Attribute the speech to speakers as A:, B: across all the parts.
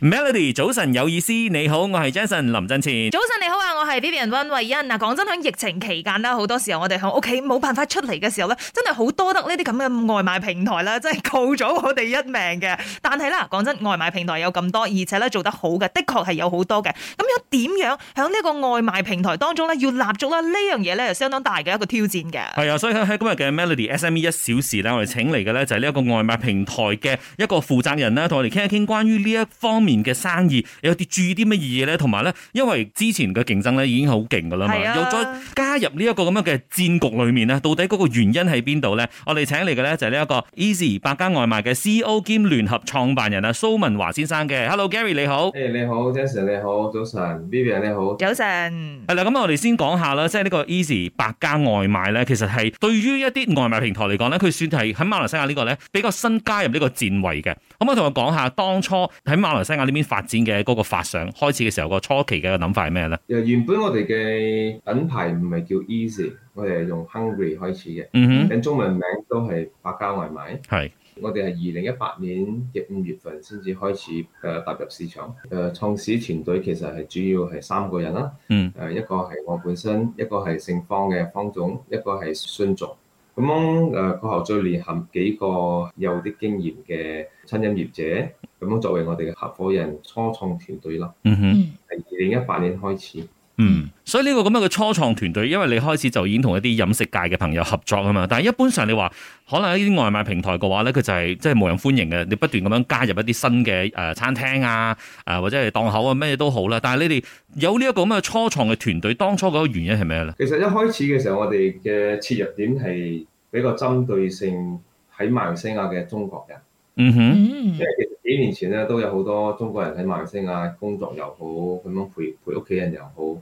A: Melody，早晨有意思，你好，我係 Jason 林振前。
B: 早晨你好啊，我係 Vivian 温慧欣嗱。講真，喺疫情期間啦，好多時候我哋喺屋企冇辦法出嚟嘅時候咧，真係好多得呢啲咁嘅外賣平台啦， 真係救咗我哋一命嘅。但係啦，講真，外賣平台有咁多，而且咧做得好嘅，的確係有好多嘅。咁樣點樣喺呢個外賣平台當中咧，要立足啦呢樣嘢咧，係相當大嘅一個挑戰嘅。
A: 係啊，所以喺喺今日嘅 Melody SME 一小時咧，我哋請嚟嘅咧就係呢一個外賣平台嘅一個負責人啦，同我哋傾一傾關於呢一方面嘅生意有啲注意啲乜嘢咧，同埋咧，因為之前嘅競爭咧已經好勁噶啦嘛，
B: 係啊
A: 又再加入呢一個咁樣嘅戰局裏面咧，到底嗰個原因喺邊度咧？我哋請嚟嘅咧就係呢一個 Easy 百家外賣嘅 CEO 兼聯合創辦人啊蘇文華先生嘅。Hello Gary 你好。
C: 誒你好，Jason 你好，早晨，Vivian 你好。
B: 早晨，
A: 係啦，咁我哋先講下啦，即係呢個 Easy 百家外賣咧，其實係對於一啲外賣平台嚟講咧，佢算係喺馬來西亞呢個咧比較新加入呢個戰圍嘅。可唔可以同我講下當初喺馬來西亞呢邊發展嘅嗰個發想，開始嘅時候個初期嘅諗法係咩咧？
C: 誒原本我哋嘅品牌唔係叫 Easy，我哋係用 Hungry 開始嘅，
A: 嗯
C: 咁中文名都係百家外賣。
A: 哼，係
C: 我哋係二零一八年嘅五月份先至開始誒踏入市場。誒創始團隊其實係主要係三個人啦。
A: 嗯。
C: 誒一個係我本身，一個係姓方嘅方總，一個係孫總。咁誒過後再聯合幾個有啲經驗嘅餐飲業者，咁樣作為我哋嘅合夥人初創團隊啦。
A: 嗯哼，
B: 嗯，
C: 係二零一八年開始，
A: 嗯，所以呢個咁樣嘅初創團隊，因為你開始就已經同一啲飲食界嘅朋友合作啊嘛，但係一般上你話可能一啲外賣平台嘅話咧，佢就係即係無人歡迎嘅，你不斷咁樣加入一啲新嘅誒、呃餐廳啊，誒、或者係檔口啊，咩嘢都好啦。但係你哋有呢一個咁嘅初創嘅團隊，當初嗰個原因係咩咧？
C: 其實一開始嘅時候，我哋嘅切入點係比較針對性喺馬來西亞嘅中國人，
A: 嗯哼，
B: 嗯
C: 因為其實幾年前咧都有好多中國人喺馬來西亞工作又好，咁樣陪陪屋企人又好，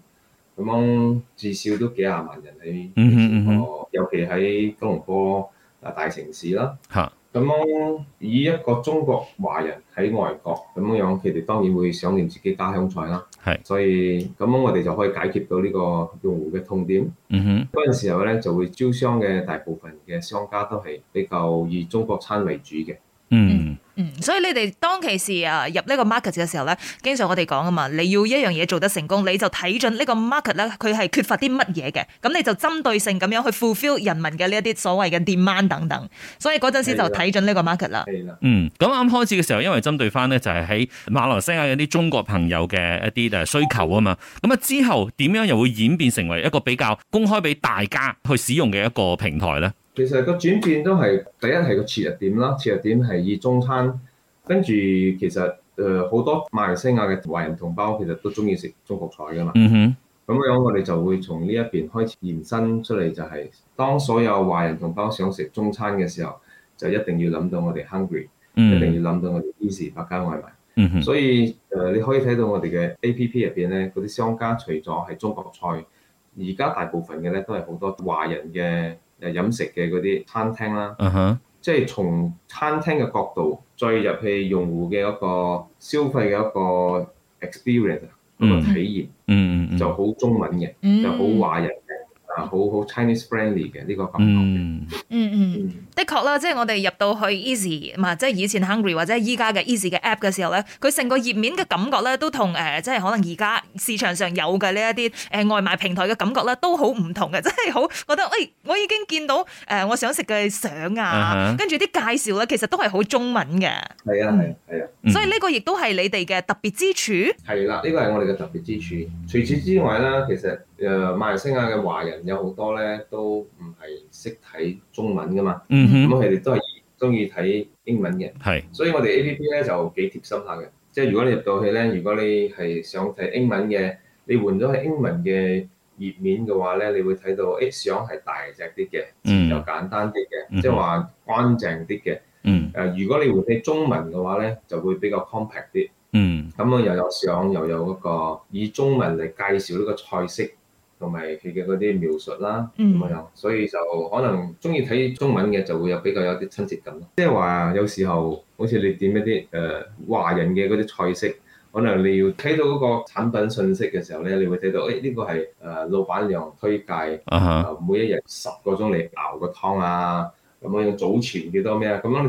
C: 咁樣至少都幾廿萬人喺
A: 嗯哼嗯哼
C: 尤其喺吉隆坡啊大城市啦。
A: 嚇，
C: 咁樣以一個中國華人喺外國咁樣樣，佢哋當然會想念自己家鄉菜啦。
A: 係
C: 所以咁樣我哋就可以解決到呢個用戶嘅痛點。
A: 嗯哼，
C: 嗰陣時候咧，就會招商嘅大部分嘅商家都係比較以中國餐為主嘅。
A: 嗯，
B: 嗯，所以你哋當其時啊入呢個 market 嘅時候咧，經常我哋講啊嘛，你要一樣嘢做得成功，你就睇準呢個 market 咧，佢係缺乏啲乜嘢嘅，咁你就針對性咁樣去 fulfill 人民嘅呢一啲所謂嘅 demand 等等，所以嗰陣時
C: 啊
B: 就睇準呢個 market 啦。
C: 係啦，
A: 嗯，咁啱開始嘅時候，因為針對翻呢，就係喺馬來西亞有啲中國朋友嘅一啲誒需求啊嘛，咁啊之後點樣又會演變成為一個比較公開俾大家去使用嘅一個平台呢？
C: 其實個轉變都係第一係個切入點啦，切入點係以中餐，跟住其實誒好、多馬來西亞嘅華人同胞其實都中意食中國菜噶 嘛。
A: 嗯哼，
C: 咁樣我哋就會從呢一邊開始延伸出嚟，就係當所有華人同胞想食中餐嘅時候，就一定要諗到我哋 hungry，一
A: 嗯
C: 定要諗到我哋 easy 百家外賣。
A: 嗯哼，
C: 所以誒、呃你可以睇到我哋嘅 A P P 入邊咧，嗰啲商家除咗係中國菜，而家大部分嘅咧都係好多華人嘅誒飲食嘅嗰啲餐廳啦，
A: 嗯哼，
C: 即係從餐廳嘅角度再入去用戶嘅一個消費嘅一個 experience 嗰個
A: 嗯
C: 體驗，
A: 嗯嗯
C: 就好中文嘅。
B: 嗯
C: 就好華人嘅，啊好好 Chinese friendly 嘅呢個感覺。
A: 嗯
B: 嗯嗯。
C: 嗯，
B: 的確啦，即係我哋入到去 Easy，唔係即係以前 Hungry 或者係依家嘅 Easy 嘅 app 嘅時候咧，佢成個頁面嘅感覺咧，都同誒、呃即係可能而家市場上有嘅呢一啲誒外賣平台嘅感覺咧，都好唔同嘅，即 係好覺得誒、哎我已經見到誒、呃我想食嘅相
A: 啊
B: 啊
A: 哈，
B: 跟住啲介紹咧，其實都係好中文嘅，
C: 係啊係啊係啊，
A: 嗯
B: 所以呢個亦都係你哋嘅特別之處。
C: 係啦，呢個係我哋嘅特別之處。除此之外啦，其實誒、呃、馬來西亞嘅華人有好多咧都唔係識睇中文噶嘛，
A: 嗯
C: 咁
A: 哼，
C: 佢哋都係中意睇英文嘅，
A: 係
C: 所以我哋 A P P 咧就幾貼心下嘅。即係如果你入到去咧，如果你係想睇英文嘅，你換咗係英文嘅頁面嘅話咧，你會睇到誒相係大隻啲嘅，
A: 嗯
C: 又簡單啲
A: 嗯
C: 嘅，即係話乾淨啲嘅。
A: 嗯
C: 誒、如果你換起中文嘅話咧，就會比較 compact 啲。
A: 嗯
C: 咁啊，又有相，又有嗰個以中文嚟介紹呢個菜式同埋佢嘅嗰啲描述啦，咁
B: 嗯
C: 樣、所以就可能中意睇中文嘅就會有比較有啲親切感咯。即係話有時候好似你點一啲誒、呃、華人嘅嗰啲菜式。可能你要睇到嗰個產品信息嘅時候咧，你會睇到，誒、呢、個係誒呃老闆娘推介
A: 啊哈，
C: 啊每一日十個鐘嚟熬個湯啊，咁樣早前幾多咩啊，咁樣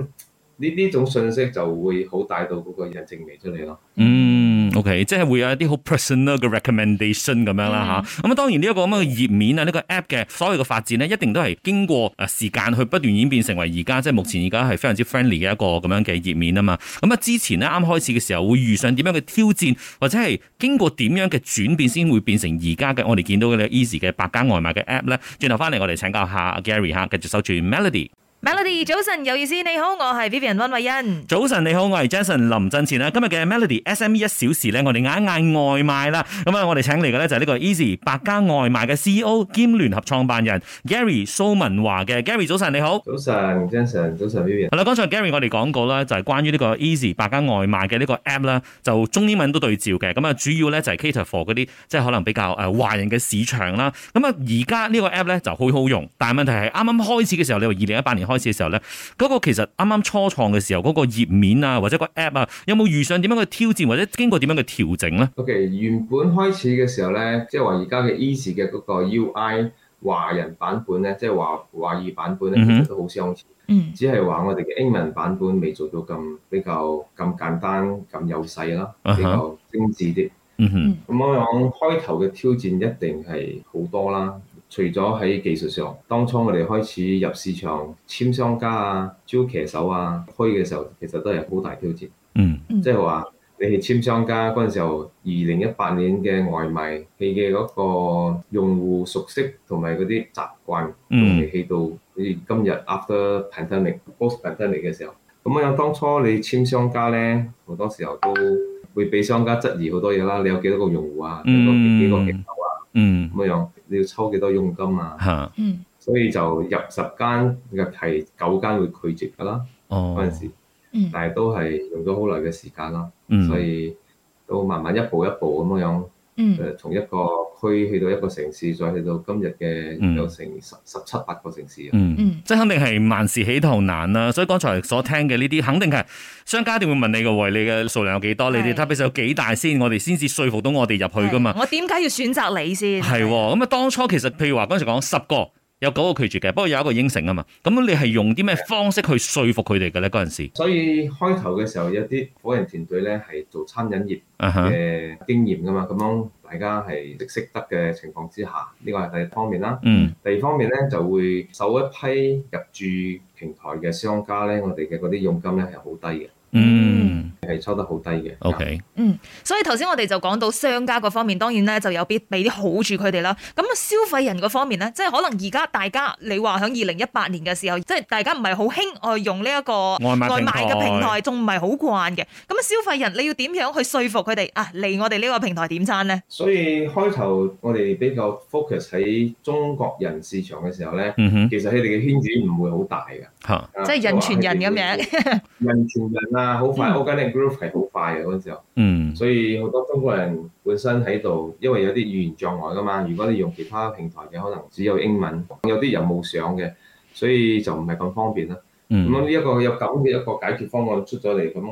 C: 呢呢種信息就會好帶到嗰個人情味出嚟咯。
A: 嗯，OK，即係會有一啲好 personal 嘅 recommendation 咁樣啦吓，咁啊，當然呢一個咁嘅頁面啊，呢、個 app 嘅所有嘅發展咧，一定都係經過誒時間去不斷演變成為而家即係目前而家係非常之 friendly 嘅一個咁樣嘅頁面啊嘛。咁啊，之前咧啱開始嘅時候會遇上點樣嘅挑戰，或者係經過點樣嘅轉變先會變成而家嘅我哋見到嘅呢 Easy 嘅百家外賣嘅 app 咧？轉頭翻嚟我哋請教下 Gary 吓，繼續守住 Melody。
B: Melody 早晨有意思，你好，我係 Vivian 温慧欣。
A: 早晨，你好，我係 Jason 林振前啊啦。今日嘅 Melody SME 一小時咧，我哋嗌一嗌外賣啦。咁啊，我哋請嚟嘅咧就係呢個 Easy 百家外賣嘅 CEO 兼聯合創辦人 Gary 蘇文華嘅。Gary 早晨，你好。
C: 早晨，Jason，早晨，Vivian。
A: 係啦，剛才 Gary 我哋講過啦，就係關於呢個 Easy 百家外賣嘅呢個 app 啦，就中英文都對照嘅。咁啊，主要咧就係 cater for 嗰啲即係可能比較誒華人嘅市場啦。咁啊，而家呢個 app 咧就好好用，但係問題係啱啱開始嘅時候，你話二零一八年開始嘅時候咧，嗰、個其實啱啱初創嘅時候嗰、個頁面啊，或者個 app 啊，有冇遇上點樣嘅挑戰，或者經過點樣嘅調整咧？
C: OK，原本開始嘅時候咧，即係話而家嘅 Easy 嘅嗰個 UI 華人版本咧，即係話華語版本
A: 嗯
C: 咧，其
A: 哼
C: 實都好相似，
B: 嗯
C: 只係話我哋嘅英文版本未做到咁比較咁簡單、咁有勢啦，
A: 啊哈
C: 比較精緻啲。
A: 嗯哼，
C: 咁我講開頭嘅挑戰一定係好多啦，除咗喺技術上，當初我哋開始入市場簽商家啊、招騎手啊、開嘅時候，其實都係好大挑戰。
A: 嗯
B: 嗯
C: 即係話你係簽商家嗰陣時候，二零一八年嘅外賣，你嘅嗰個用戶熟悉同埋嗰啲習慣，仲
A: 嗯
C: 未去到你今日 after pandemic、post pandemic 嘅時候。咁啊，當初你簽商家咧，好多時候都會俾商家質疑好多嘢啦。你有幾多個用戶啊？你有
A: 嗯
C: 幾多幾個客啊？
A: 嗯
C: 咁樣你要抽幾多佣金啊？
A: 嚇
B: 嗯
C: 所以就入十間嘅係九間會拒絕㗎啦。嗰
A: 哦
C: 陣時，
B: 嗯
C: 但係都係用咗好耐嘅時間啦。所
A: 嗯
C: 以都慢慢一步一步咁樣誒、
B: 嗯
C: 呃，從一個區去到一個城市，再去到今日
A: 嗯
C: 嘅有成十十七八個城市啊。
A: 嗯。
B: 嗯
A: 即係肯定係萬事起頭難啦，所以剛才所聽嘅呢啲肯定係商家一定會問你嘅喎，你嘅數量有幾多，你哋
B: 係
A: database 有幾大先，我哋先至說服到我哋入去噶嘛。
B: 我點解要選擇你先？
A: 係喎，咁啊當初其實譬如話嗰陣時講十個有九個拒絕嘅，不過有一個應承啊嘛。咁你係用啲咩方式去說服佢哋嘅咧？嗰陣時，
C: 所以開頭嘅時候，有啲伙人團隊咧係做餐飲業
A: 啊哈，
C: 嘅經驗噶嘛，咁樣大家係識識得嘅情況之下，呢個係第一方面啦。
A: 嗯
C: 第二方面咧就會首一批入駐平台嘅商家咧，我哋嘅嗰啲佣金咧係好低嘅，
A: 嗯
C: 係抽得好低嘅。
A: ，OK，
B: 嗯，所以頭先我哋就講到商家嗰方面，當然咧就有必俾啲好處佢哋啦。咁啊，消費人嗰方面咧，即係可能而家大家你話喺二零一八年嘅時候，即係大家唔係好興去用呢一個
A: 外賣
B: 外
A: 平
B: 賣嘅平
A: 台。
B: 台，仲唔係好慣嘅。咁啊，消費人你要點樣去說服佢哋啊嚟我哋呢個平台點餐咧？
C: 所以開頭我哋比較 focus 喺中國人市場嘅時候咧，
A: 嗯哼，
C: 其實佢哋嘅圈子唔會好大嘅，
A: 嚇，
C: 啊
B: 即係人傳人咁樣，
C: 人傳人啊，好快
B: 嗯
C: organic growth 係好快嘅嗰陣時候，
A: 嗯
C: 所以好多中國人本身喺度，因為有啲語言障礙噶嘛，如果你用其他平台嘅，可能只有英文，有啲人冇相嘅，所以就唔係咁方便啦。咁
A: 嗯
C: 呢一個有咁嘅一個解決方案出咗嚟，咁誒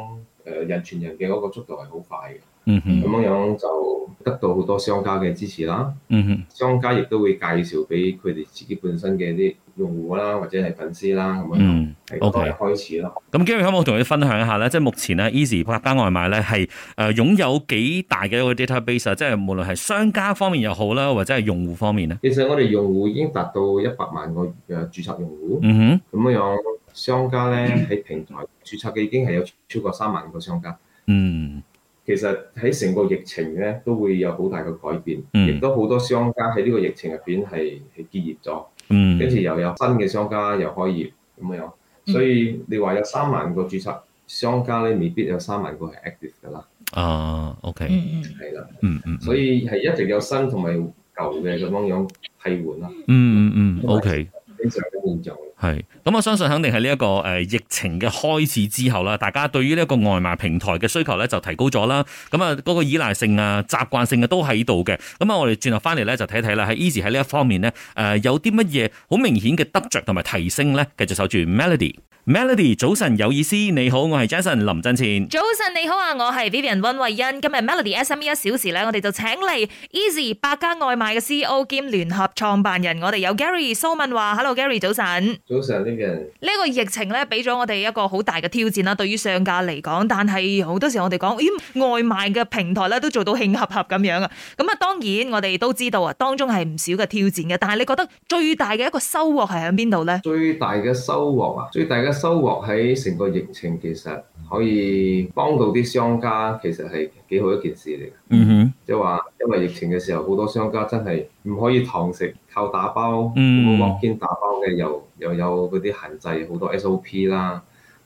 C: 人傳人嘅嗰個速度係好快嘅，
A: 嗯哼
C: 咁樣就得到好多商家嘅支持啦。
A: 嗯哼，
C: 商家亦都會介紹俾佢哋自己本身嘅啲用戶啦，或者係粉絲啦咁樣，
A: 嗯
C: 係
A: ，OK
C: 多人開始咯。
A: 咁 Gary 可唔可以同你分享一下咧？即係目前咧，Easy 百家外賣咧係誒擁有幾大嘅一個 database 啊！即係無論係商家方面又好啦，或者係用戶方面咧。
C: 其實我哋用戶已經達到一百萬個誒呃註冊用戶，
A: 嗯
C: 咁樣商家咧喺平台註冊嘅已經係有超過三萬個商家。
A: 哼，嗯
C: 其實喺成個疫情咧都會有好大嘅改變，
A: 嗯
C: 亦都好多商家喺呢個疫情入邊係係結業咗，
A: 嗯
C: 跟住又有新嘅商家又開業咁樣，所以你話有三萬個註冊商家咧，未必有三萬個係 active 㗎啦，
A: 啊，OK，
B: 嗯嗯
C: 係啦。
A: 嗯嗯，
C: 所以係一直有新同埋舊嘅咁樣樣替換啦，
A: 嗯嗯嗯，OK。
C: 正常嘅現象。
A: 係，咁我相信肯定係呢一個誒疫情嘅開始之後啦，大家對於呢一個外賣平台嘅需求咧就提高咗啦。咁啊，嗰個依賴性啊、習慣性啊都喺度嘅。咁啊，我哋轉頭翻嚟咧就睇睇啦，喺 Easy 喺呢一方面咧，誒、有啲乜嘢好明顯嘅得着同埋提升咧？繼續守住 Melody。Melody，早晨有意思，你好，我係 Jason 林振前。
B: 早晨你好啊，我係 Vivian 温慧欣。今日 Melody SME 一小時咧，我哋就請嚟 Easy E 百家外賣嘅 CEO 兼聯合創辦人，我哋有 Gary 蘇敏華。Hello Gary，早晨。
C: 早上呢邊
B: 呢個疫情咧，俾咗我哋一個好大嘅挑戰啦，對於商家嚟講。但係好多時我哋講，咦，外賣嘅平台咧都做到興合合咁樣啊。咁啊，當然我哋都知道啊，當中係唔少嘅挑戰嘅。但係你覺得最大嘅一個收穫係喺邊度咧？
C: 最大嘅收穫啊，最大嘅收穫喺成個疫情其實可以幫到啲商家，其實係幾好一件事嚟嘅。
A: 嗯哼，
C: 即係話，因為疫情嘅時候，好多商家真係唔可以堂食，靠打包，
A: 嗯
C: 冇 walk in 打包嘅又又有嗰啲限制，好多 SOP 啦。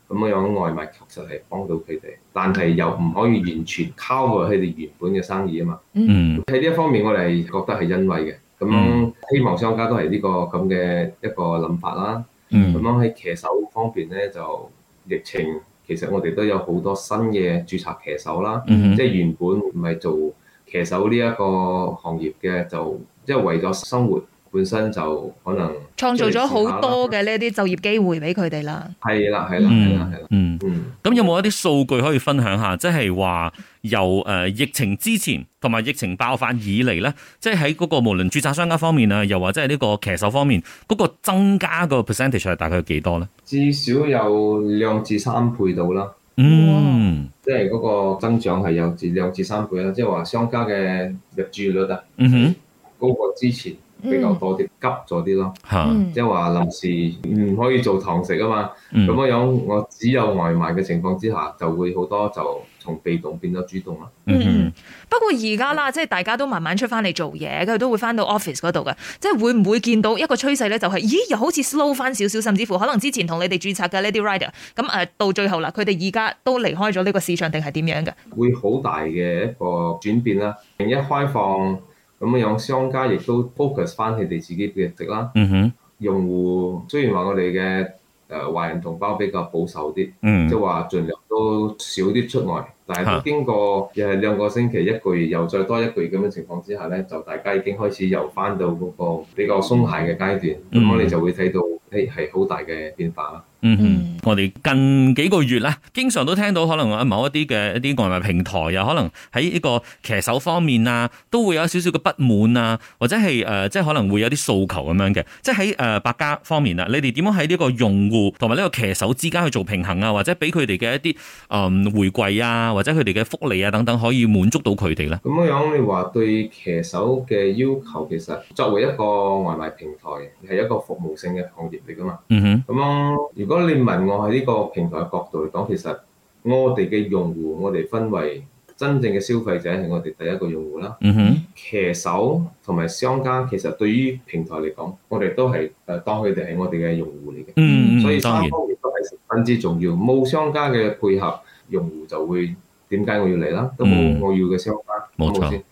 C: 咁樣外賣確實係幫到佢哋，但係又唔可以完全 cover 佢哋原本嘅生意啊嘛。
A: 嗯
C: 喺呢一方面，我哋係覺得係欣慰嘅。
A: 嗯
C: 咁希望商家都係呢個咁嘅一個諗法啦。咁
A: 嗯
C: 樣喺騎手方面咧，就疫情其實我哋都有好多新嘅註冊騎手啦。
A: 嗯
C: 即
A: 哼，
C: 係原本唔係做騎手呢一個行業嘅，就即係為咗生活本身就可能
B: 創造咗好多嘅呢啲就業機會俾佢哋啦。
C: 係啦，係啦，係啦，
A: 嗯
C: 係啦，
A: 嗯。
C: 嗯。
A: 咁有冇一啲數據可以分享下？即係話由誒、呃疫情之前同埋疫情爆發以嚟咧，即係喺嗰個無論註冊商家方面啊，又或者係呢個騎手方面，嗰、個增加個 percentage 係大概有幾多咧？
C: 至少有兩至三倍到啦，
A: 嗯
C: 即係嗰個增長係有至兩至三倍啦，即係話商家嘅入住率啊，
A: 嗯哼
C: 高過之前比較啊多啲，急咗啲咯，
A: 嚇
B: 嗯
C: 即係話臨時唔可以做堂食啊嘛。
A: 嗯
C: 咁樣樣，我只有外賣嘅情況之下，就會好多就從被動變咗主動啦。
A: 嗯
B: 嗯，不過而家啦，即係大家都慢慢出翻嚟做嘢，佢都會翻到 office 嗰度嘅，即係會唔會見到一個趨勢咧？就係、咦，又好似 slow 翻少少，甚至乎可能之前同你哋註冊嘅呢啲 rider，咁誒、呃到最後啦，佢哋而家都離開咗呢個市場定係點樣嘅？
C: 會好大嘅一個轉變啦。另一開放咁樣，商家亦都 focus 翻佢哋自己嘅值啦。
A: 嗯哼
C: 用戶雖然話我哋嘅誒華人同胞比較保守啲，
A: 嗯
C: 即係話盡量都少啲出外，但係
A: 嚇
C: 都經過又係兩個星期、一個月，又再多一個月咁嘅情況之下咧，就大家已經開始又翻到嗰個比較鬆懈嘅階段。咁、
A: 嗯
C: 我哋就會睇到誒係好大嘅變化啦。
A: 嗯哼
B: 嗯，
A: 我哋近幾個月咧，經常都聽到可能啊某一啲嘅一啲外賣平台啊，可能喺呢個騎手方面啊，都會有少少嘅不滿啊，或者係誒、呃即係可能會有啲訴求咁樣嘅。即係喺誒百家方面啊，你哋點樣喺呢個用戶同埋呢個騎手之間去做平衡啊，或者俾佢哋嘅一啲誒、嗯回饋啊，或者佢哋嘅福利啊等等，可以滿足到佢哋咧？
C: 咁樣樣，你話對騎手嘅要求，其實作為一個外賣平台，係一個服務性嘅行業嚟噶嘛。
A: 嗯哼，
C: 咁樣，如果你問我喺呢個平台嘅角度嚟講，其實我哋嘅用戶，我哋分為真正嘅消費者係我哋第一個用戶啦。
A: 嗯哼，
C: 騎手同埋商家，其實對於平台嚟講，我哋都係誒當佢哋係我哋嘅用戶嚟嘅，
A: 嗯
C: 所以
A: 嗯，
C: 三
A: 當然，
C: 方面都係十分之重要。冇商家嘅配合，用戶就會點解我要嚟啦？都
A: 嗯
C: 冇我要嘅商家。
A: 冇錯，
C: 先。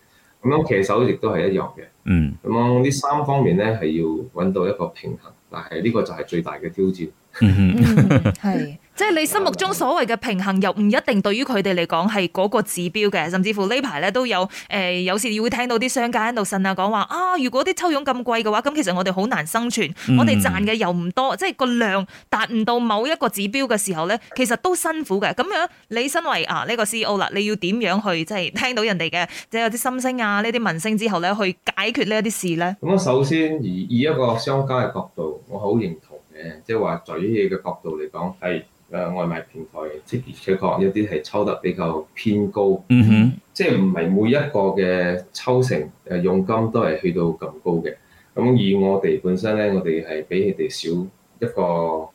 C: 咁樣騎手亦都係一樣嘅。
A: 嗯
C: 咁樣呢三方面咧係要揾到一個平衡，但係呢個就係最大嘅挑戰。
A: 嗯哼。
B: 嗯，係。即係你心目中所謂嘅平衡，又唔一定對於佢哋嚟講係嗰個指標嘅，甚至乎呢排咧都有誒、呃有時會聽到啲商家喺度呻啊，講話啊，如果啲抽佣咁貴嘅話，咁其實我哋好難生存，
A: 嗯
B: 我哋賺嘅又唔多，即係個量達唔到某一個指標嘅時候咧，其實都辛苦嘅。咁樣你身為啊呢、個 CEO 啦，你要點樣去即係聽到人哋嘅即係有啲心聲啊呢啲民聲之後咧，去解決呢一啲事咧？
C: 咁我首先以以一個商家嘅角度，我好認同嘅，即係話在於嘅角度嚟講係誒外賣平台，的而且確有啲係抽得比較偏高，
A: 嗯哼，
C: 即係唔係每一個嘅抽成誒佣金都係去到咁高嘅。咁以我哋本身咧，我哋係比佢哋少一個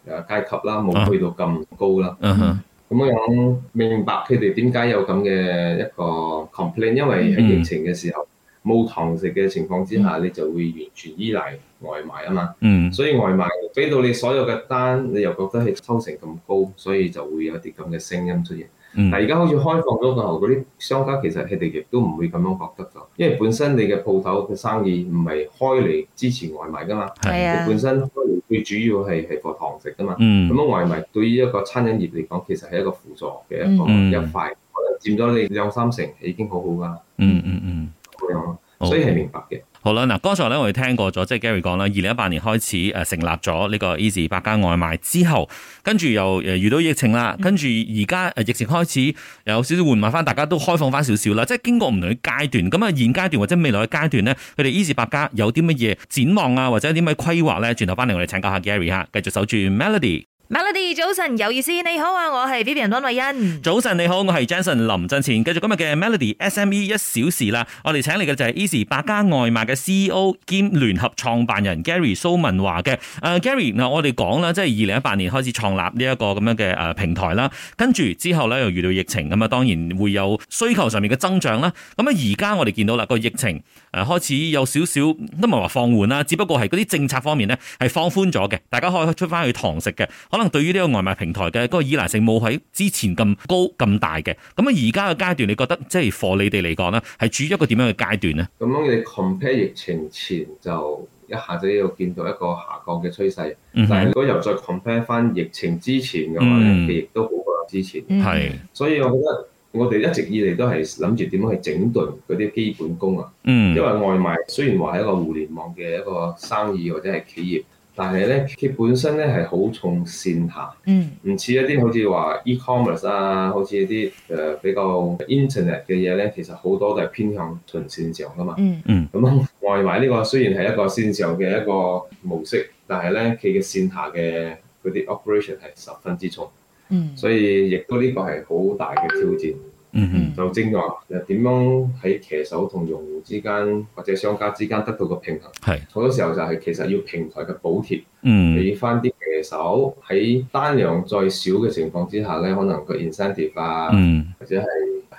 C: 誒階級啦，
A: 啊
C: 冇去到咁高啦。
A: 嗯哼，
C: 咁樣明白佢哋點解有咁嘅一個 complain，因為喺疫情嘅時候冇堂食嘅情況之下，你就會完全依賴外賣啊嘛。
A: 嗯
C: 所以外賣俾到你所有嘅單，你又覺得係抽成咁高，所以就會有啲咁嘅聲音出現。
A: 嗯
C: 但而家好似開放咗個後，嗰啲商家其實佢哋亦都唔會咁樣覺得咗，因為本身你嘅鋪頭嘅生意唔係開嚟支持外賣噶嘛，
A: 係
B: 係啊
C: 你本身開嚟最主要係係個堂食噶嘛。
A: 嗯
C: 咁樣外賣對於一個餐飲業嚟講，其實係一個輔助嘅一個、
A: 嗯
C: 一塊，可能佔咗你兩三成已經好好噶啦
A: 嗯嗯嗯
C: 咁樣咯。
A: 哦
C: 所以係明白嘅。
A: 好啦，嗱，剛才咧我哋聽過咗，即係 Gary 講啦，二零一八年開始誒成立咗呢個 Easy 百佳外賣之後，跟住又誒遇到疫情啦，跟住而家呃誒疫情開始有少少緩慢翻，大家都開放翻少少啦，即係經過唔同嘅階段，咁啊現階段或者未來嘅階段呢，佢哋 Easy 百佳有啲乜嘢展望啊，或者有啲咩規劃咧？轉頭翻嚟我哋請教下 Gary 嚇，繼續守住 Melody。
B: Melody 早晨有意思，你好啊，我係 Vivian 温慧欣。
A: 早晨你好，我係 Jason 林振前，繼續今日嘅 Melody SME 一小時啦。我哋請嚟嘅就係 Easy 百家外賣嘅 CEO 兼聯合創辦人 Gary 蘇文華嘅。誒、Gary 啊嗱，我哋講啦，即係二零一八年開始創立呢一個咁樣嘅誒平台啦，跟住之後咧又遇到疫情咁啊，當然會有需求上面嘅增長啦。咁啊，而家我哋見到啦個疫情誒呃開始有少少都唔係話放緩啦，只不過係嗰啲政策方面咧係放寬咗嘅，大家可以出翻去堂食嘅。可能對於呢個外賣平台嘅嗰個依賴性冇喺之前咁高咁大嘅。咁啊，而家嘅階段，你覺得即係 for 你哋嚟講咧，係處於一個點樣嘅階段呢？
C: 咁樣你 compare 疫情前就一下子又見到一個下降嘅趨勢，
A: 嗯
C: 但係
A: 哼
C: 如果又再 compare 翻疫情之前嘅話咧，
A: 嗯
C: 佢亦都好過之前。
B: 嗯
A: 係，
C: 所以我覺得我哋一直以嚟都係諗住點樣去整頓嗰啲基本功啊。因為
A: 嗯，
C: 外賣雖然話係一個互聯網嘅一個生意或者係企業，但係咧佢本身咧係好重線下，
B: 嗯
C: 唔似一啲好似話 e-commerce 啊，好似一啲誒、呃比較 internet 嘅嘢咧，其實好多都係偏向純線上噶嘛。
B: 嗯
C: 咁 外賣呢個雖然係一個線上嘅一個模式，但係咧佢嘅線下嘅嗰啲 operation 係十分之重，
B: 嗯
C: 所以亦都呢個係好大嘅挑戰。
A: 嗯哼，
C: 就正話誒點樣喺騎手同用戶之間或者商家之間得到個平衡。
A: 係，
C: 好多時候就係其實要平台嘅補貼，
A: 嗯，
C: 俾翻啲騎手喺單量再少嘅情況之下咧，可能個 incentive 啊，
A: 嗯，
C: 或者係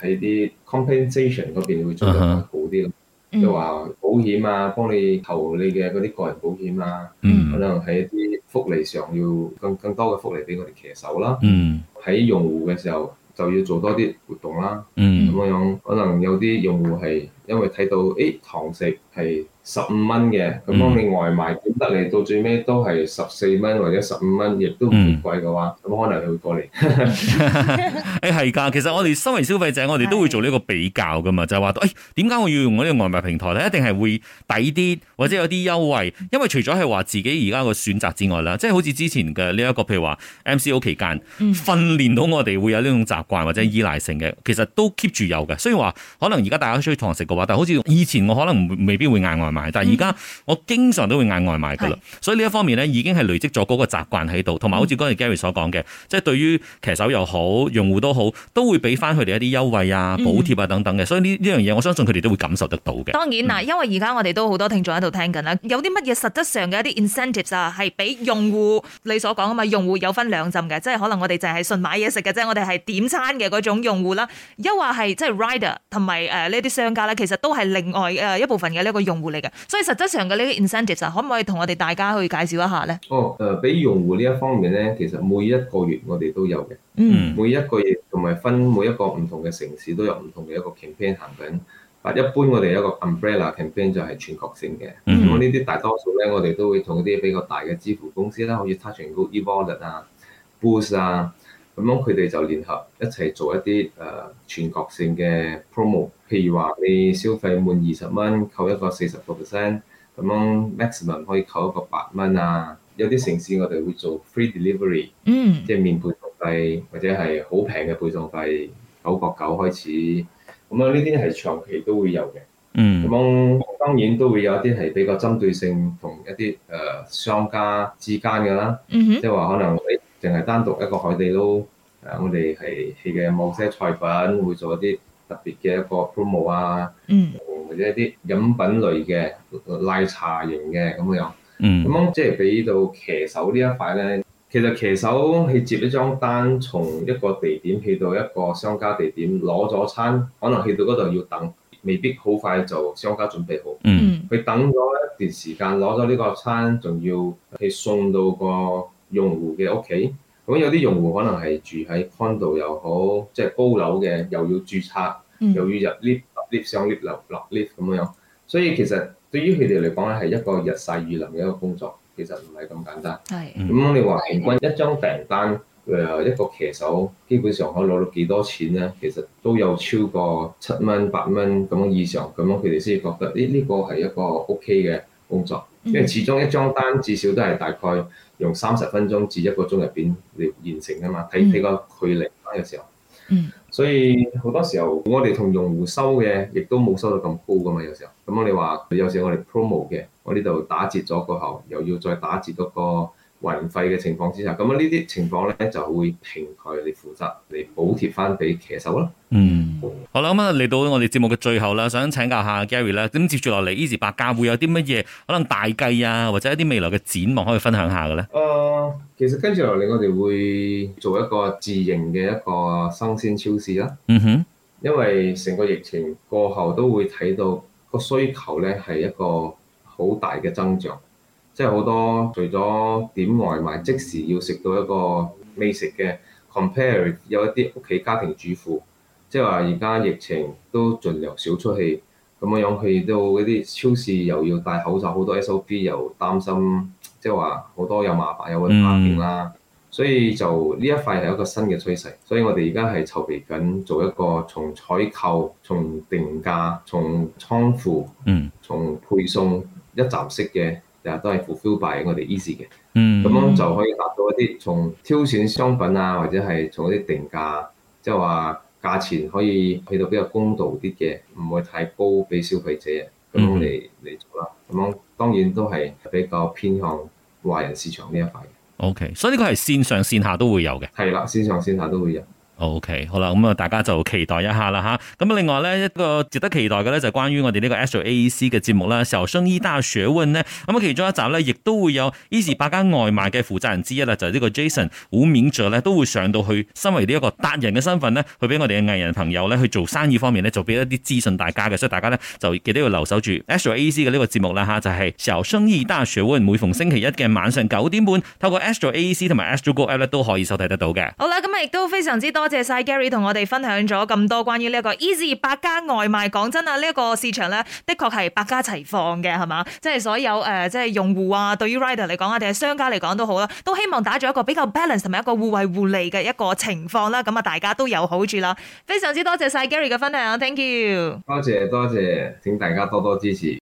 C: 喺啲 compensation 嗰邊會做
A: 嗯
C: 得
A: 哼
C: 好啲咯。即
B: 嗯
C: 係話保險啊，幫你投你嘅嗰啲個人保險啊，可
A: 嗯，
C: 能喺一啲福利上要更更多嘅福利俾我哋騎手啦。
A: 嗯，
C: 喺用戶嘅時候就要做多啲活動啦。咁
A: 嗯，
C: 樣可能有啲用戶係因為睇到誒堂食係十五蚊嘅，咁
A: 嗯
C: 當你外賣點得嚟到最尾都係十四蚊或者十五蚊，亦都唔
A: 嗯
C: 貴嘅話，咁可能佢會過嚟。
A: 誒係㗎，其實我哋身為消費者，我哋都會做呢個比較㗎嘛，就係話到，誒點解我要用我呢個外賣平台咧？一定係會抵啲，或者有啲優惠，因為除咗係話自己而家個選擇之外啦，即係好似之前嘅呢一個譬如話 MCO 期間。
B: 嗯
A: 訓練到我哋會有呢種習慣或者依賴性嘅，其實都 keep 住有嘅。雖然話可能而家大家出去堂食嘅話，但係好似以前我可能未必會嗌外賣，但係而家我經常都會嗌外賣㗎啦。所以呢一方面呢，已經係累積咗嗰個習慣喺度，同埋好似嗰陣 Gary 所講嘅，即係對於騎手又好，用戶都好，都會俾翻佢哋一啲優惠啊、補貼啊等等嘅。所以呢呢樣嘢，我相信佢哋都會感受得到嘅。
B: 當然
C: 嗯
B: 嗱，因為而家我哋都好多聽眾喺度聽緊啦，有啲乜嘢實質上嘅一啲 incentives 啊，係俾用戶你所講啊嘛，用戶有分兩浸嘅，即係可能我哋就係純買嘢食嘅啫，我哋係點餐嘅嗰種用戶啦，抑或係即係 rider 同埋誒呢啲商家咧，其實都係另外呃誒一部分嘅呢一個用戶嚟嘅，所以實質上嘅呢啲 incentives 啊，可唔可以同我哋大家去介紹一下咧？
C: 哦，誒、俾用戶呢一方面咧，其實每一個月我哋都有嘅，
A: 嗯
C: 每一個月同埋分每一個唔同嘅城市都有唔同嘅一個 campaign 行緊。但一般我哋有一個 umbrella campaign 就係全國性嘅，
A: 嗯
C: 咁呢啲大多數咧，我哋都會同啲比較大嘅支付公司啦，好似 Touch 'n Go、eWallet 啊、Boost 啊，咁樣佢哋就聯合一齊做一啲誒、呃全國性嘅 promo，譬如話你消費滿二十蚊扣一個四十個 percent，咁樣 maximum 可以扣一個八蚊啊。有啲城市我哋會做 free delivery，
B: 嗯
C: 即係免配送費或者係好平嘅配送費，九個九開始，咁樣呢啲係長期都會有嘅。咁
A: 嗯
C: 樣當然都會有一啲係比較針對性同一啲誒、呃商家之間嘅啦，
B: 嗯哼
C: 即係話可能誒淨係單獨一個海底撈，誒、呃我哋係佢嘅某些菜品會做一啲特別嘅一個 promo 啊，
B: 嗯
C: 或者一啲飲品類嘅呃奶茶型嘅咁樣。咁
A: 嗯
C: 樣即係俾到騎手呢一塊咧，其實騎手去接一張單，從一個地點去到一個商家地點攞咗餐，可能去到嗰度要等，未必好快就商家準備好。
A: 嗯
B: 嗯
C: 佢等咗一段時間，攞咗呢個餐，仲要去送到個用戶嘅屋企。咁有啲用戶可能係住喺 condo 又好，即係高樓嘅，又要註冊。又要
B: 嗯
C: 入 lift、落 lift、上 lift、落落 lift 咁樣。所以其實對於佢哋嚟講咧，係一個日曬雨淋嘅一個工作，其實唔係咁簡單。
B: 係
A: 嗯
C: 咁你話平均一張訂單，誒一個騎手基本上可以攞到幾多錢咧？其實都有超過七蚊、八蚊咁樣以上，咁樣佢哋先覺得呢呢個係一個 OK 嘅工作，因
B: 嗯
C: 為始終一張單至少都係大概用三十分鐘至一個鐘入邊嚟完成噶嘛，睇睇個距離嘅時候。
B: 嗯
C: 所以好多時候，我哋同用戶收嘅，亦都冇收到咁高噶嘛。有時候，咁我哋話有時我哋 promo 嘅，我呢度打折咗過後，又要再打折嗰個運費嘅情況之下，咁啊呢啲情況咧就會平台嚟負責嚟補貼翻俾騎手啦。
A: 嗯，好啦，咁啊嚟到我哋節目嘅最後啦，想請教下 Gary 啦，咁接住落嚟 Easy 百家會有啲乜嘢可能大計啊，或者一啲未來嘅展望可以分享下嘅咧？
C: 誒、呃其實跟住落嚟，我哋會做一個自營嘅一個生鮮超市啦。
A: 嗯哼，
C: 因為成個疫情過後都會睇到個需求咧係一個好大嘅增長，即係好多除咗點外賣，即時要食到一個美食嘅 compare，有一啲屋企家庭主婦，即係話而家疫情都盡量少出去，咁樣樣去到嗰啲超市又要戴口罩，好多 SOP 又擔心，即係話好多有麻煩有會怕病啦。所以就呢一塊係一個新嘅趨勢，所以我哋而家係籌備緊做一個從採購、從定價、從倉庫、
A: 嗯
C: 從配送一站式嘅，日日都係 fulfill by 我哋 easy 嘅，
A: 嗯，
C: 咁啊樣就可以達到一啲從挑選商品啊，或者係從一啲定價，即係話價錢可以去到比較公道啲嘅，唔會太高俾消費者咁樣嚟嚟做啦。咁樣當然都係比較偏向華人市場呢一塊嘅，
A: OK，所以呢個係線上線下都會有嘅。
C: 係啦，線上線下都會有。
A: OK，好啦，咁啊，大家就期待一下啦吓。咁另外咧，一個值得期待嘅咧，就係關於我哋呢個 Astro AEC 嘅節目啦，候生醫大學問咧。咁啊，其中一集咧，亦都會有 Easy 百家外賣嘅負責人之一啦，就係、呢個 Jason 胡勉哲咧，都會上到去，身為呢一個達人嘅身份咧，去俾我哋嘅藝人朋友咧，去做生意方面咧，就俾一啲資訊大家嘅。所以大家咧就記得要留守住 Astro AEC 嘅呢個節目啦吓，就係、候生醫大學問每逢星期一嘅晚上九點半，透過 Astro AEC 同埋 Astro Go App 咧都可以收睇得到嘅。
B: 好啦，咁啊亦都非常之多謝晒 Gary 同我哋分享咗咁多關於呢一個 Easy 百家外賣。講真啊，呢、一個市場咧，的確係百家齊放嘅，係嘛？即係所有誒、呃即係用戶啊，對於 rider 嚟講啊，定係商家嚟講都好啦，都希望打造一個比較 balance 同埋一個互惠互利嘅一個情況啦。咁啊，大家都有好處啦。非常之多謝晒 Gary 嘅分享，thank you。
C: 多謝多謝，請大家多多支持。